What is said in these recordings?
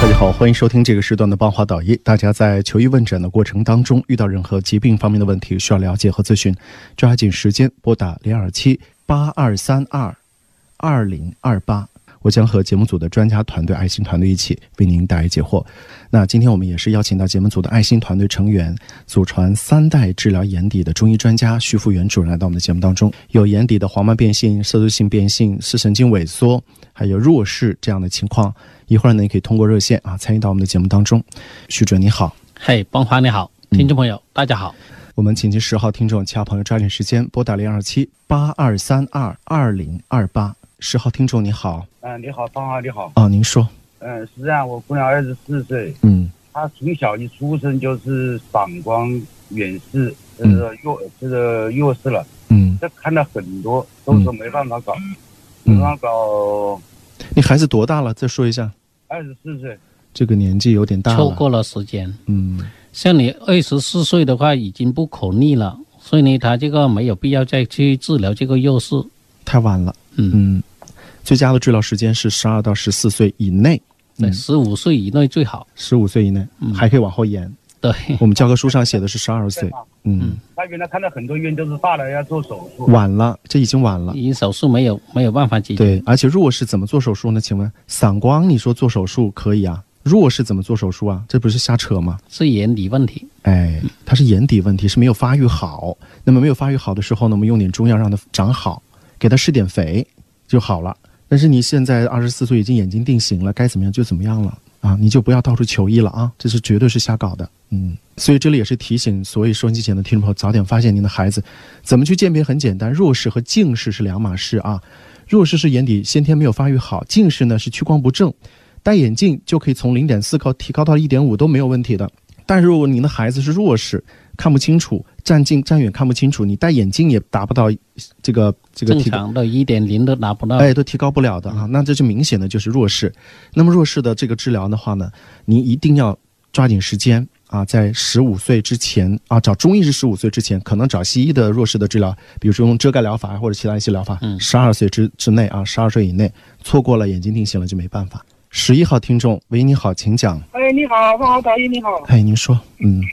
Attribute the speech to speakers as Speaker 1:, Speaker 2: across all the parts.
Speaker 1: 大家好，欢迎收听这个时段的《邦华导医》。大家在求医问诊的过程当中，遇到任何疾病方面的问题需要了解和咨询，抓紧时间拨打零二七八二三二二零二八，我将和节目组的专家团队、爱心团队一起为您答疑解惑。那今天我们也是邀请到节目组的爱心团队成员，祖传三代治疗眼底的中医专家徐复元主任来到我们的节目当中。有眼底的黄斑变性、色素性变性、视神经萎缩，还有弱视这样的情况。一会儿呢，也可以通过热线啊参与到我们的节目当中。徐主任你好，
Speaker 2: 嘿，邦华你好，
Speaker 1: 嗯
Speaker 2: 听众朋友、大家好。
Speaker 1: 我们请进十号听众，其他朋友抓紧时间拨打零二七八二三二二零二八。十号听众你好，
Speaker 3: 嗯、你好，芳华，你好。
Speaker 1: 啊，您说，
Speaker 3: 嗯、是这样，我姑娘二十四岁，
Speaker 1: 嗯
Speaker 3: 她从小一出生就是散光远视，这
Speaker 1: 嗯
Speaker 3: 个弱这个弱视了，
Speaker 1: 嗯
Speaker 3: 这看了很多，都是没办法搞，没
Speaker 1: 嗯，
Speaker 3: 办法搞。
Speaker 1: 你孩子多大了？再说一下，
Speaker 3: 二十四岁，
Speaker 1: 这个年纪有点大
Speaker 2: 错
Speaker 1: 了，
Speaker 2: 过了时间。
Speaker 1: 嗯
Speaker 2: 像你二十四岁的话，已经不可逆了，所以呢，他这个没有必要再去治疗这个弱视。
Speaker 1: 太晚了，
Speaker 2: 嗯，
Speaker 1: 嗯，最佳的治疗时间是十二到十四岁以内，
Speaker 2: 对，十五岁以内最好。
Speaker 1: 十五岁以内
Speaker 2: 嗯
Speaker 1: 还可以往后延。
Speaker 2: 对，
Speaker 1: 我们教科书上写的是十二岁，嗯，
Speaker 3: 她原来看了很多医院，都是大人要做手术，
Speaker 1: 晚了，这已经晚了。
Speaker 2: 已经手术没有没有办法解决。
Speaker 1: 对，而且弱视怎么做手术呢？请问散光，你说做手术可以啊？弱视怎么做手术啊？这不是瞎扯吗？
Speaker 2: 是眼底问题。
Speaker 1: 哎，它是眼底问题，是没有发育好。那么没有发育好的时候呢，我们用点中药让它长好，给它施点肥就好了。但是你现在二十四岁，已经眼睛定型了，该怎么样就怎么样了啊！你就不要到处求医了啊，这是绝对是瞎搞的。嗯，所以这里也是提醒所有收音机前的听众朋友，早点发现您的孩子。怎么去鉴别很简单，弱视和近视是两码事啊。弱视是眼底先天没有发育好，近视呢是屈光不正，戴眼镜就可以从零点四高提高到一点五都没有问题的。但是如果您的孩子是弱视，看不清楚，站近站远看不清楚，你戴眼镜也达不到这个这个
Speaker 2: 正
Speaker 1: 提高
Speaker 2: 常的一点零都拿不到。
Speaker 1: 哎，都提高不了的啊。那这就明显的就是弱视。那么弱视的这个治疗的话呢，您一定要抓紧时间啊，在十五岁之前啊，找中医是十五岁之前，可能找西医的弱视的治疗，比如说用遮盖疗法啊或者其他一些疗法，
Speaker 2: 嗯
Speaker 1: 十二岁之之内啊，十二岁以内，错过了眼睛定型了就没办法。十一号听众，喂，你好，请讲。
Speaker 4: 哎，你好，万豪导医，你好。
Speaker 1: 哎，您说，嗯
Speaker 4: 哦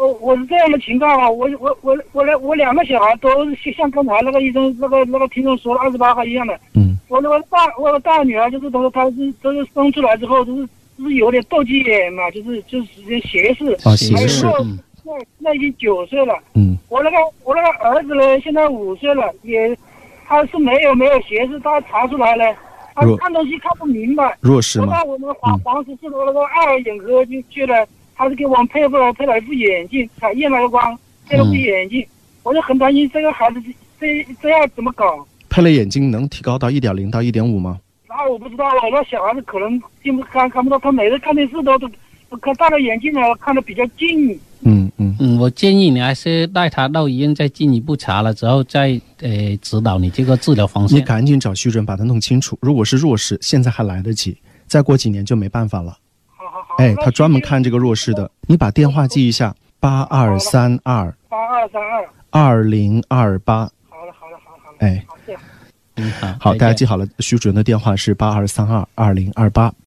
Speaker 4: 呃，我是这样的情况啊，我我我我两我两个小孩都是像刚才那个医生那个那个听众说了二十八号一样的。
Speaker 1: 嗯
Speaker 4: 我那个大我的大女儿就是都是她是都是生出来之后就是就是有点斗鸡眼嘛，就是就是有点斜视。
Speaker 1: 啊，
Speaker 2: 斜
Speaker 1: 斜
Speaker 4: 哎
Speaker 1: 视
Speaker 4: 呦，
Speaker 2: 嗯，
Speaker 4: 那那已经九岁了，
Speaker 1: 嗯
Speaker 4: 我那个我那个儿子呢，现在五岁了，也他是没有没有斜视，他查出来了，他
Speaker 1: 弱
Speaker 4: 看东西看不明白。
Speaker 1: 弱视
Speaker 4: 我
Speaker 1: 吗嗯
Speaker 4: 到？我们黄黄石市的那个二眼科就去了，他是给我们配了配了一副眼镜，他验了个光，配了副
Speaker 1: 嗯
Speaker 4: 眼镜，我就很担心这个孩子这这要怎么搞。
Speaker 1: 配了眼镜能提高到一点零到一点五吗？
Speaker 4: 然后我不知道了，那小孩子可能进不看看不到，他每次看电视都都都看戴着眼镜呢，啊看的比较近。
Speaker 1: 嗯嗯，
Speaker 2: 嗯，我建议你还是带他到医院再进一步查了之后再，呃指导你这个治疗方
Speaker 1: 你
Speaker 2: 向。
Speaker 1: 赶紧找徐主任把它弄清楚。如果是弱视，现在还来得及，再过几年就没办法了。
Speaker 4: 好好好，
Speaker 1: 哎，他专门看这个弱视的，你把电话记一下，八二三二
Speaker 4: 八二三二。
Speaker 1: 二零二八。
Speaker 4: 好了好了好了好了，
Speaker 1: 哎，
Speaker 4: 好这样。
Speaker 2: 嗯，好，
Speaker 1: 好，
Speaker 2: 再
Speaker 1: 大家
Speaker 2: 见
Speaker 1: 记好了，徐主任的电话是八二三二二零二八。